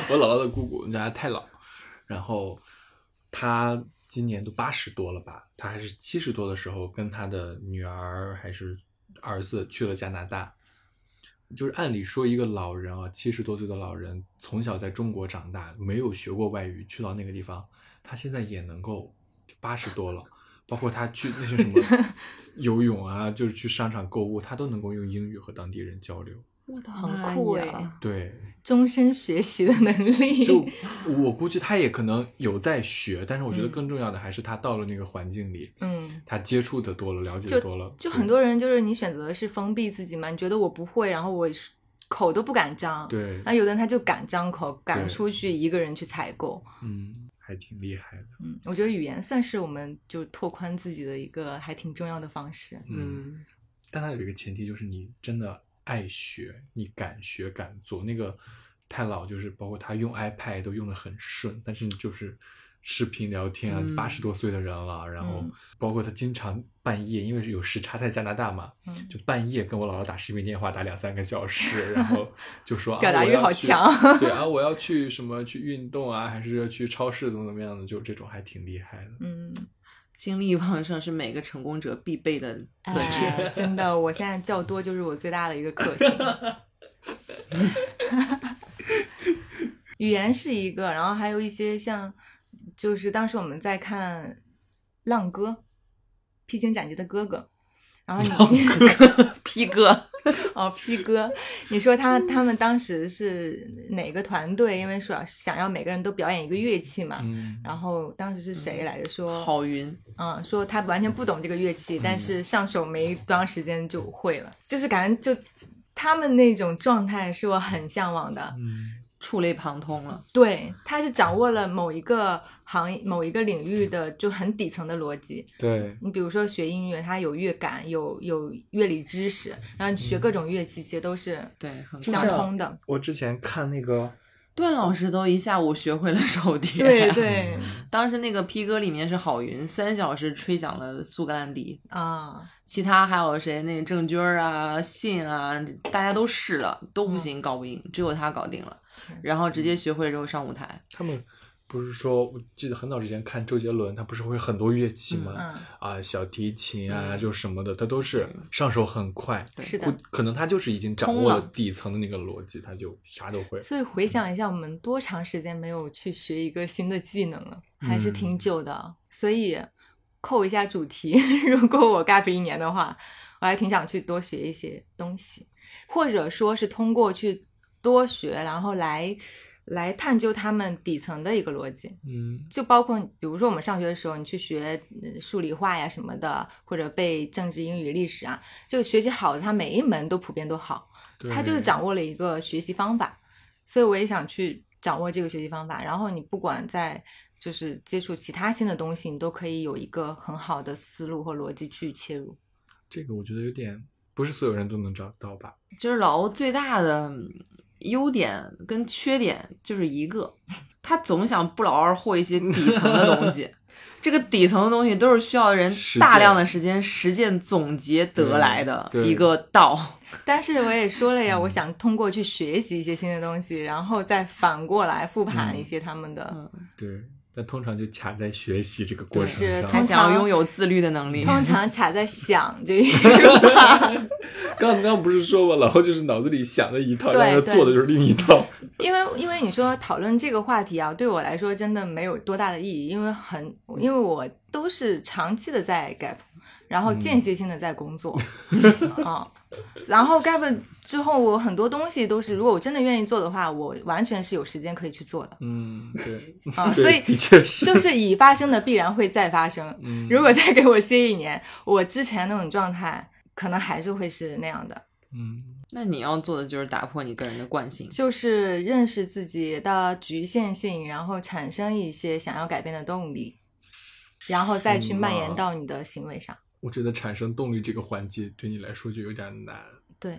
我姥姥的姑姑，人家太姥，然后她今年都八十多了吧，她还是七十多的时候，跟她的女儿还是儿子去了加拿大。就是按理说，一个老人啊，七十多岁的老人，从小在中国长大，没有学过外语，去到那个地方，他现在也能够八十多了，包括他去那些什么游泳啊，就是去商场购物，他都能够用英语和当地人交流。
我的
很酷哎、
哎！
对，
终身学习的能力。
就我估计他也可能有在学，但是我觉得
嗯
更重要的还是他到了那个环境里，
(laughs) 嗯，
他接触的多了，了解
就
的多了，嗯
就很多人就是你选择的是封闭自己嘛，你觉得我不会，然后我口都不敢张。。
对，
那有的人他就敢张口，敢
对
出去一个人去采购。
嗯，还挺厉害的，
嗯，我觉得语言算是我们就拓宽自己的一个还挺重要的方式。
嗯。，但他有一个前提就是你真的爱学，你敢学敢做。那个太老就是包括他用 iPad 都用的很顺，但是你就是视频聊天啊
嗯，
八十、多岁的人了，然后
嗯
包括他经常半夜，因为是有时差在加拿大嘛，
嗯，
就半夜跟我姥姥打视频电话，打两三个小时，然后就说、
(laughs)
啊、
表达欲
我要
好
去
强 (laughs)
对啊，我要去什么去运动啊，还是要去超市怎么怎么样的，就这种还挺厉害的。
嗯，
精力旺盛是每个成功者必备的 (laughs) 特质。
哎， (laughs) 真的，我现在较多就是我最大的一个克星。 (laughs) 语言是一个，然后还有一些像，就是当时我们在看《浪哥》，披荆斩棘的哥哥，然后你
P 哥，
(laughs) 哦，P 哥，你说他他们当时是哪个团队？因为说想要每个人都表演一个乐器嘛。
嗯，
然后当时是谁来着？说
郝云，
嗯，说他完全不懂这个乐器，但是上手没多长时间就会了，就是感觉就他们那种状态是我很向往的。
嗯，
触类旁通了。
对，他是掌握了某一个行业、某一个领域的就很底层的逻辑。
对，
你比如说学音乐，他有乐感，有有乐理知识，然后你学各种乐器，其实都嗯是
对很
相
像
通的。
我之前看那个，
段老师都一下午学会了手碟。
(laughs) 对对 (laughs)
嗯
当时那个 P 哥里面是郝云，三小时吹响了苏格兰笛，
啊，
其他还有谁？那个郑钧儿啊、信啊，大家都试了，都不
嗯
行，搞不赢，只有他搞定了
天。
然后直接学会之后上舞台，
他们不是说，我记得很早之前看周杰伦，他不是会很多乐器吗？
嗯，
啊，小提琴啊，
嗯
就什么的，他都是上手很快。
对
是
估
的。
可能他就是已经掌
通
握
了
了底层的那个逻辑，他就啥都会。嗯
所以回想一下，我们多长时间没有去学一个新的技能了？还
嗯
是挺久的。所以扣一下主题， (laughs) 如果我 gap 一年的话，我还挺想去多学一些东西，或者说是通过去多学，然后来来探究他们底层的一个逻辑。
嗯
就包括比如说我们上学的时候，你去学呃数理化呀什么的，或者背政治、英语、历史啊，就学习好的，他每一门都普遍都好。
对
他就是掌握了一个学习方法，所以我也想去掌握这个学习方法。然后你不管在就是接触其他新的东西，你都可以有一个很好的思路和逻辑去切入。
这个，我觉得有点不是所有人都能找到吧。
就是老欧最大的嗯优点跟缺点就是一
(laughs)
个，他总想不劳而获一些底层的
(laughs)
东西。这个底层的东西都是需要人
实践
大量的时间实践总结得来的
对对
一个道。
但是我也说了呀，
嗯
我想通过去学习一些新的东西，然后再反过来复盘一些他们的。
嗯
对，但通常就卡在学习这个过程
对是
他
通
上。
想要拥有自律的能力。
通常卡在想这
(laughs)
一块儿，
刚子刚不是说吗？老后就是脑子里想的一套，
对
然后
对
做的就是另一套。
因为因为你说讨论这个话题啊，对我来说真的没有多大的意义，因为很因为我都是长期的在 gap，然
嗯
后间歇性的在工
(laughs)
作，啊，然后 gap 之后，我很多东西都是，如果我真的愿意做的话，我完全是有时间可以去做
(laughs)
的
嗯，对，
啊，
对
所以
的确是，
就是 (laughs) 已发生的必然会再发生。
嗯，
如果再给我歇一年，我之前那种状态可能还是会是那样的，
嗯
那你要做的就是打破你个人的惯性。
就是认识自己的局限性，然后产生一些想要改变的动力，然后再
嗯
去蔓
啊
延到你的行为上。
我觉得产生动力这个环节对你来说就有点难。
对，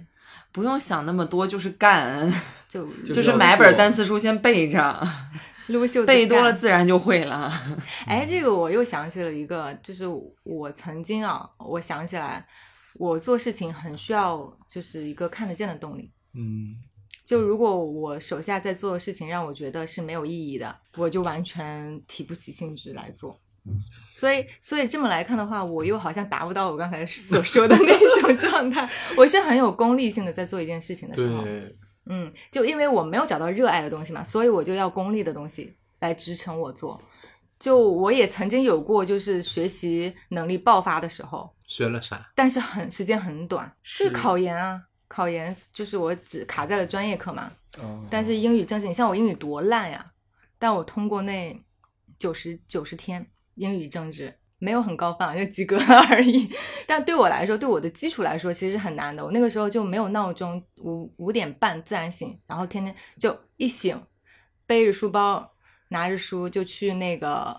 不用想那么多，就是干，
就
就
就是
要
买
做
本单词书先背着，
撸
(laughs)
袖子
背多
干
了自然就
(laughs)
会了。
哎，这个我又想起了一个，就是我曾经啊，我想起来，我做事情很需要就是一个看得见的动力。
嗯，
就如果我手下在做的事情让我觉得是没有意义的，我就完全提不起兴致来做。
嗯
所以，所以这么来看的话，我又好像达不到我刚才所说的那种状态。我是很有功利性的在做一件事情的时候，
对，
嗯，就因为我没有找到热爱的东西嘛，所以我就要功利的东西来支撑我做。就我也曾经有过，就是学习能力爆发的时候，
学了啥？
但是很时间很短，就是
是
考研啊，考研就是我只卡在了专业课嘛，
哦
但是英语正是你像我英语多烂呀，但我通过那九十九十天英语政治没有很高分啊，就及格了而已。 (laughs) 但对我来说，对我的基础来说，其实是很难的。我那个时候就没有闹钟，五五点半自然醒，然后天天就一醒，背着书包，拿着书就去那个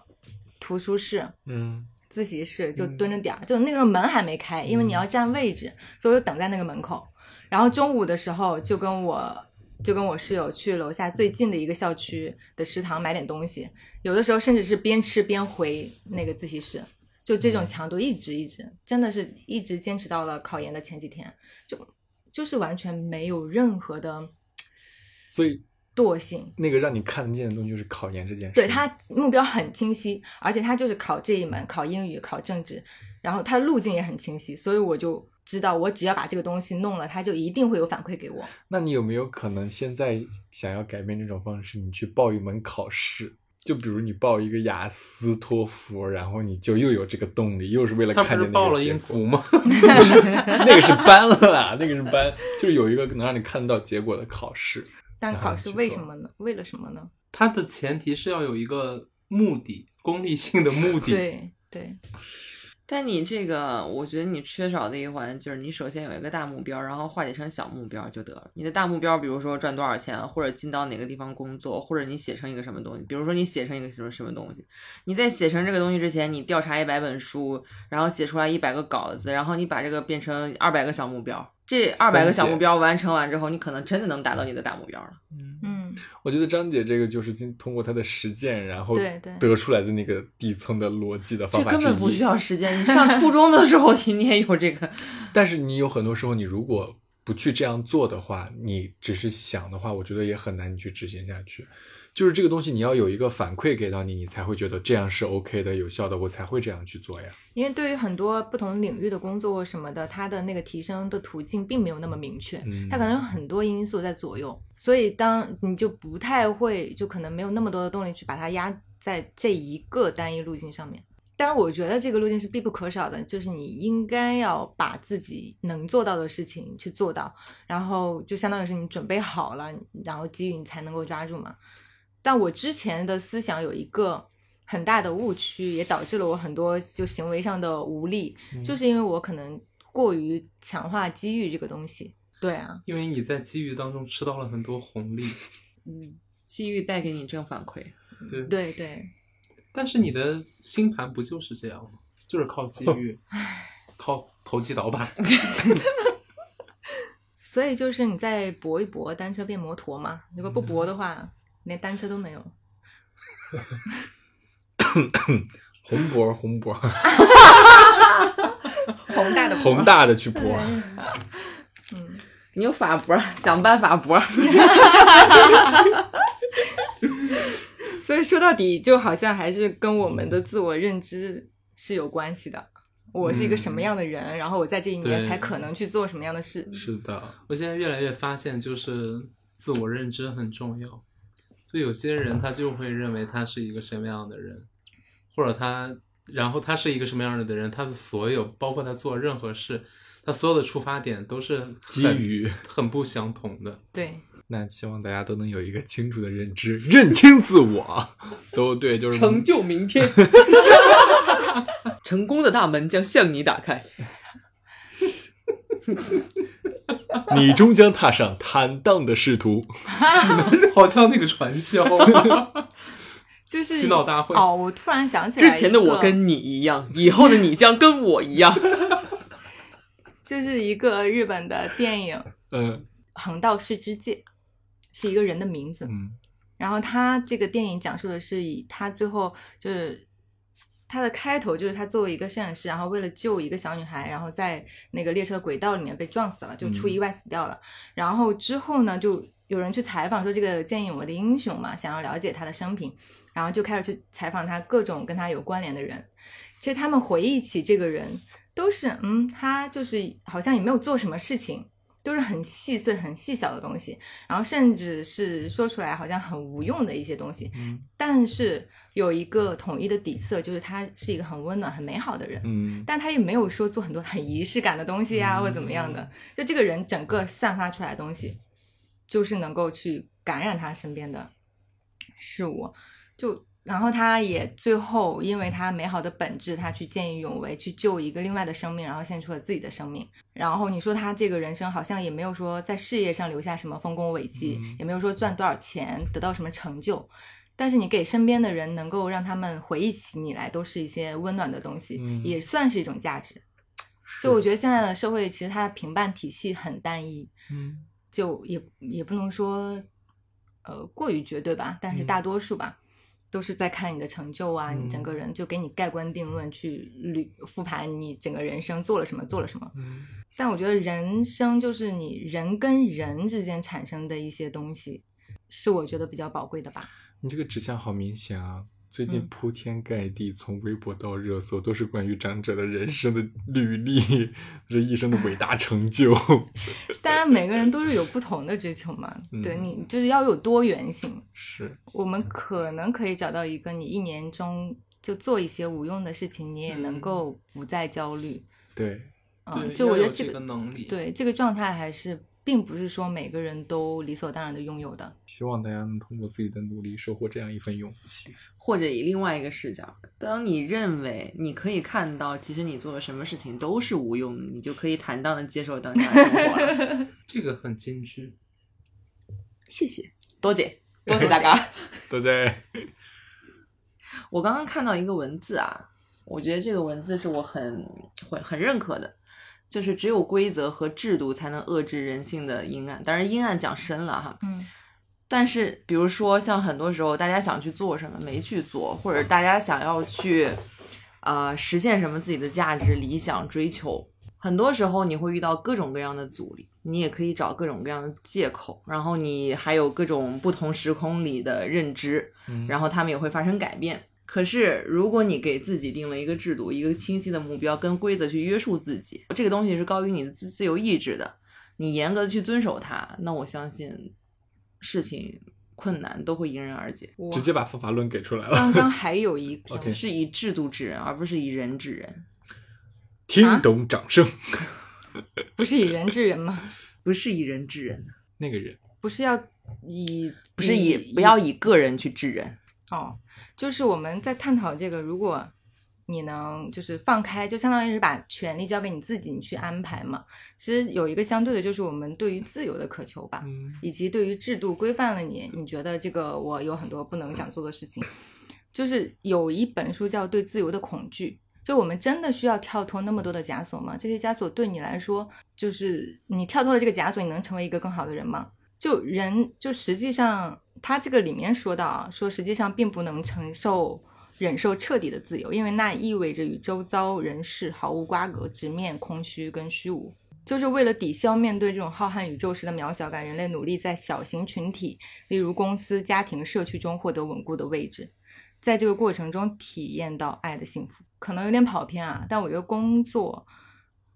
图书室，
嗯，
自习室就
嗯
蹲着点儿，就那个时候门还没开，因为你要占位置，所以我就等在那个门口。然后中午的时候就跟我就跟我室友去楼下最近的一个校区的食堂买点东西，有的时候甚至是边吃边回那个自习室，就这
嗯
种强度一直一直，真的是一直坚持到了考研的前几天，就就是完全没有任何的
所以
惰性，
那个让你看得见的东西就是考研这件事。
对他目标很清晰，而且他就是考这一门，考英语，考政治，然后他的路径也很清晰，所以我就知道，我只要把这个东西弄了，他就一定会有反馈给我。
那你有没有可能现在想要改变这种方式，你去报一门考试？就比如你报一个雅思、托福，然后你就又有这个动力，又是为了
他
看
不
见
是
那个
报了
结
音
果
符吗？ (laughs)
(laughs) 那个是班了啦，那个是班，就是有一个能让你看到结果的考试。
但
然后
考
你
试
去
为
做
什么呢？为了什么呢？
它的前提是要有一个目的，功利性的目的。，
对对，
但你这个，我觉得你缺少的一环就是你首先有一个大目标，然后化解成小目标就得了。你的大目标，比如说赚多少钱，或者进到哪个地方工作，或者你写成一个什么东西，比如说你写成一个什么什么东西，你在写成这个东西之前，你调查一百本书，然后写出来一百个稿子，然后你把这个变成二百个小目标。这二百个小目标完成完之后，你可能真的能达到你的大目标了。
嗯，
我觉得张姐这个就是经通过她的实践，然后
对哦对
得出来的那个底层的逻辑的
(laughs) 这
方法
根本
之
不
一
需要时间。你上 (laughs) 初中的时候，你你也有这个。
但是你有很多时候，你如果不去这样做的话，你只是想的话，我觉得也很难你去执行下去。就是这个东西，你要有一个反馈给到你，你才会觉得这样是 OK 的、有效的，我才会这样去做呀。
因为对于很多不同领域的工作什么的，它的那个提升的途径并没有那么明确，
嗯
它可能有很多因素在左右，所以当你就不太会，就可能没有那么多的动力去把它压在这一个单一路径上面。但是我觉得这个路径是必不可少的，就是你应该要把自己能做到的事情去做到，然后就相当于是你准备好了，然后机遇你才能够抓住嘛。但我之前的思想有一个很大的误区，也导致了我很多就行为上的无力，就是因为我可能过于强化机遇这个东西。对啊，
因为你在机遇当中吃到了很多红利。
嗯，
机遇带给你正反馈，
对，
对对，
但是你的星盘不就是这样吗？就是靠机遇，靠投机倒
(laughs)
把。
所以就是你再搏一搏，单车变摩托嘛。如果不搏的话，连单车都没有。
红脖儿，红脖儿，
(laughs)
(laughs)
宏大的搏
宏，大的
(laughs)
去搏。
嗯，
你有法博，想办法博。 (laughs)
所以说到底就好像还是跟我们的自我认知是有关系的。我是一个什么样的
嗯
人，然后我在这一年
对
才可能去做什么样的事。
是的，
我现在越来越发现，就是自我认知很重要。就有些人他就会认为他是一个什么样的人，或者他然后他是一个什么样的人，他的所有，包括他做任何事，他所有的出发点都是很
基于
很不相
(laughs)
同的。
对，
那希望大家都能有一个清楚的认知，认清自我，都对，就是
成就明天， (laughs) 成功的大门将向你打开。
你终将踏上坦荡的仕途。
好像那个传
(laughs)
销，
就是
洗脑大会
哦，我突然想起来一
之
个，
前的我跟你一样，以后的你将跟我一 (laughs) 样。
就是一个日本的电影《
嗯
横道世之介》，是一个人的名字。
嗯
然后他这个电影讲述的是以他最后就是他的开头就是他作为一个摄影师，然后为了救一个小女孩，然后在那个列车轨道里面被撞死了，就出意外死掉了。然后之后呢，就有人去采访说这个电影《我的英雄》嘛，想要了解他的生平，然后就开始去采访他各种跟他有关联的人。其实他们回忆起这个人，都是嗯，他就是好像也没有做什么事情。都是很细碎、很细小的东西，然后甚至是说出来好像很无用的一些东西，
嗯
但是有一个统一的底色，就是他是一个很温暖、很美好的人，
嗯，
但他也没有说做很多很仪式感的东西啊，
嗯
或者怎么样的。就这个人整个散发出来的东西，就是能够去感染他身边的事物。就然后他也最后因为他美好的本质，他去见义勇为，去救一个另外的生命，然后献出了自己的生命。然后你说他这个人生好像也没有说在事业上留下什么丰功伟绩，
嗯
也没有说赚多少钱，得到什么成就。但是你给身边的人能够让他们回忆起你来，都是一些温暖的东西，
嗯
也算是一种价值。所以我觉得现在的社会其实它的评判体系很单一，
嗯
就也也不能说呃过于绝对吧，但是
嗯
大多数吧。都是在看你的成就啊，你整
嗯
个人就给你盖棺定论，去捋复盘你整个人生做了什么，做了什么。
嗯
但我觉得人生就是你人跟人之间产生的一些东西，是我觉得比较宝贵的吧。
你这个指向好明显啊！最近
嗯
铺天盖地，从微博到热搜，都是关于长者的人生的履历，这一生的伟大成就。 (laughs)
当然，每个人都是有不同的追求
(laughs)
嘛，
嗯
对你就是要有多元性。
是，
我
嗯
们可能可以找到一个你一年中就做一些无用的事情，你也能够不再焦虑。
对，
嗯，
嗯对
就我
要
觉得这
有个
个
能力，
对这个状态还是并不是说每个人都理所当然的拥有的。
希望大家能通过自己的努力，收获这样一份勇气。
或者以另外一个视角，当你认为你可以看到，其实你做了什么事情都是无用的，你就可以坦荡的接受当下的生活了。
这个很金句。
(laughs) 谢谢，多谢，多谢大家。
对不对？
我刚刚看到一个文字啊，我觉得这个文字是我很很很认可的，就是只有规则和制度才能遏制人性的阴暗。当然，阴暗讲深了哈。
嗯，
但是，比如说像很多时候大家想去做什么没去做，或者大家想要去呃实现什么自己的价值、理想、追求，很多时候你会遇到各种各样的阻力，你也可以找各种各样的借口，然后你还有各种不同时空里的认知，
嗯
然后他们也会发生改变。可是，如果你给自己定了一个制度、一个清晰的目标跟规则去约束自己，这个东西是高于你的自自由意志的，你严格的去遵守它，那我相信事情困难都会迎刃而解。
我
直接把方法论给出来了，
刚刚还有一个
OK
是以制度治人，而不是以人治人，
听懂掌声。
不是以人治人吗？
不是以人治人，
那个人，
不是要以
(laughs) 不是以不要以个人去治人。
哦，就是我们在探讨这个，如果你能就是放开，就相当于是把权利交给你自己，你去安排嘛。其实有一个相对的，就是我们对于自由的渴求吧，
嗯
以及对于制度规范了你，你觉得这个我有很多不能想做的事情。就是有一本书叫《对自由的恐惧》，就我们真的需要跳脱那么多的枷锁吗？这些枷锁对你来说，就是你跳脱了这个枷锁，你能成为一个更好的人吗？就人，就实际上，他这个里面说到啊，说实际上并不能承受、忍受彻底的自由，因为那意味着与周遭人士毫无瓜葛，直面空虚跟虚无。就是为了抵消面对这种浩瀚宇宙时的渺小感，人类努力在小型群体，例如公司、家庭、社区中获得稳固的位置，在这个过程中体验到爱的幸福。可能有点跑偏啊，但我觉得工作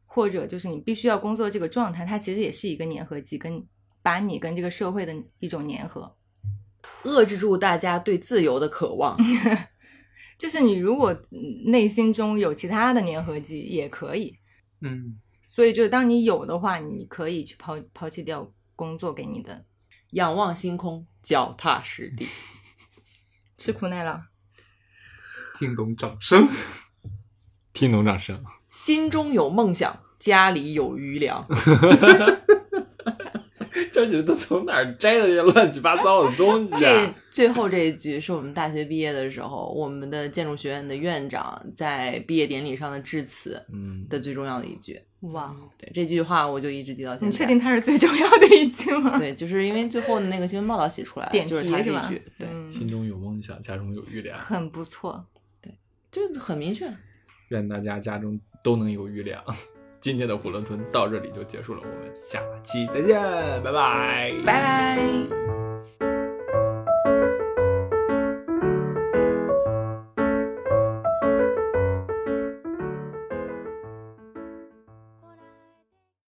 或者就是你必须要工作这个状态，它其实也是一个粘合剂，跟把你跟这个社会的一种粘合。
(laughs) 遏制住大家对自由的渴望，
就是你如果嗯内心中有其他的粘合剂也可以，
嗯，
所以就是当你有的话，你可以去抛抛弃掉工作给你的
仰望星空，脚踏实地。
吃苦耐劳。
听懂掌声。
听懂掌声。
心中有梦想，家里有余粮。
(laughs) 这你都从哪儿摘的这些乱七八糟的东 (laughs) 西
这
啊？
最后这一句是我们大学毕业的时候，我们的建筑学院的院长在毕业典礼上的致辞
嗯，
的最重要的一句。啊
哇，
对这句话，我就一直记到现在。
你确定它是最重要的一句吗？
嗯对，就是因为最后的那个新闻报道写出来了，
点
就
题
是他这
吧
一句，？对，
嗯
心中有梦想，家中有余粮，
很不错。
就是很明确。
愿大家家中都能有余粮。今天的囫囵吞到这里就结束了，我们下期再见，拜拜，
拜拜。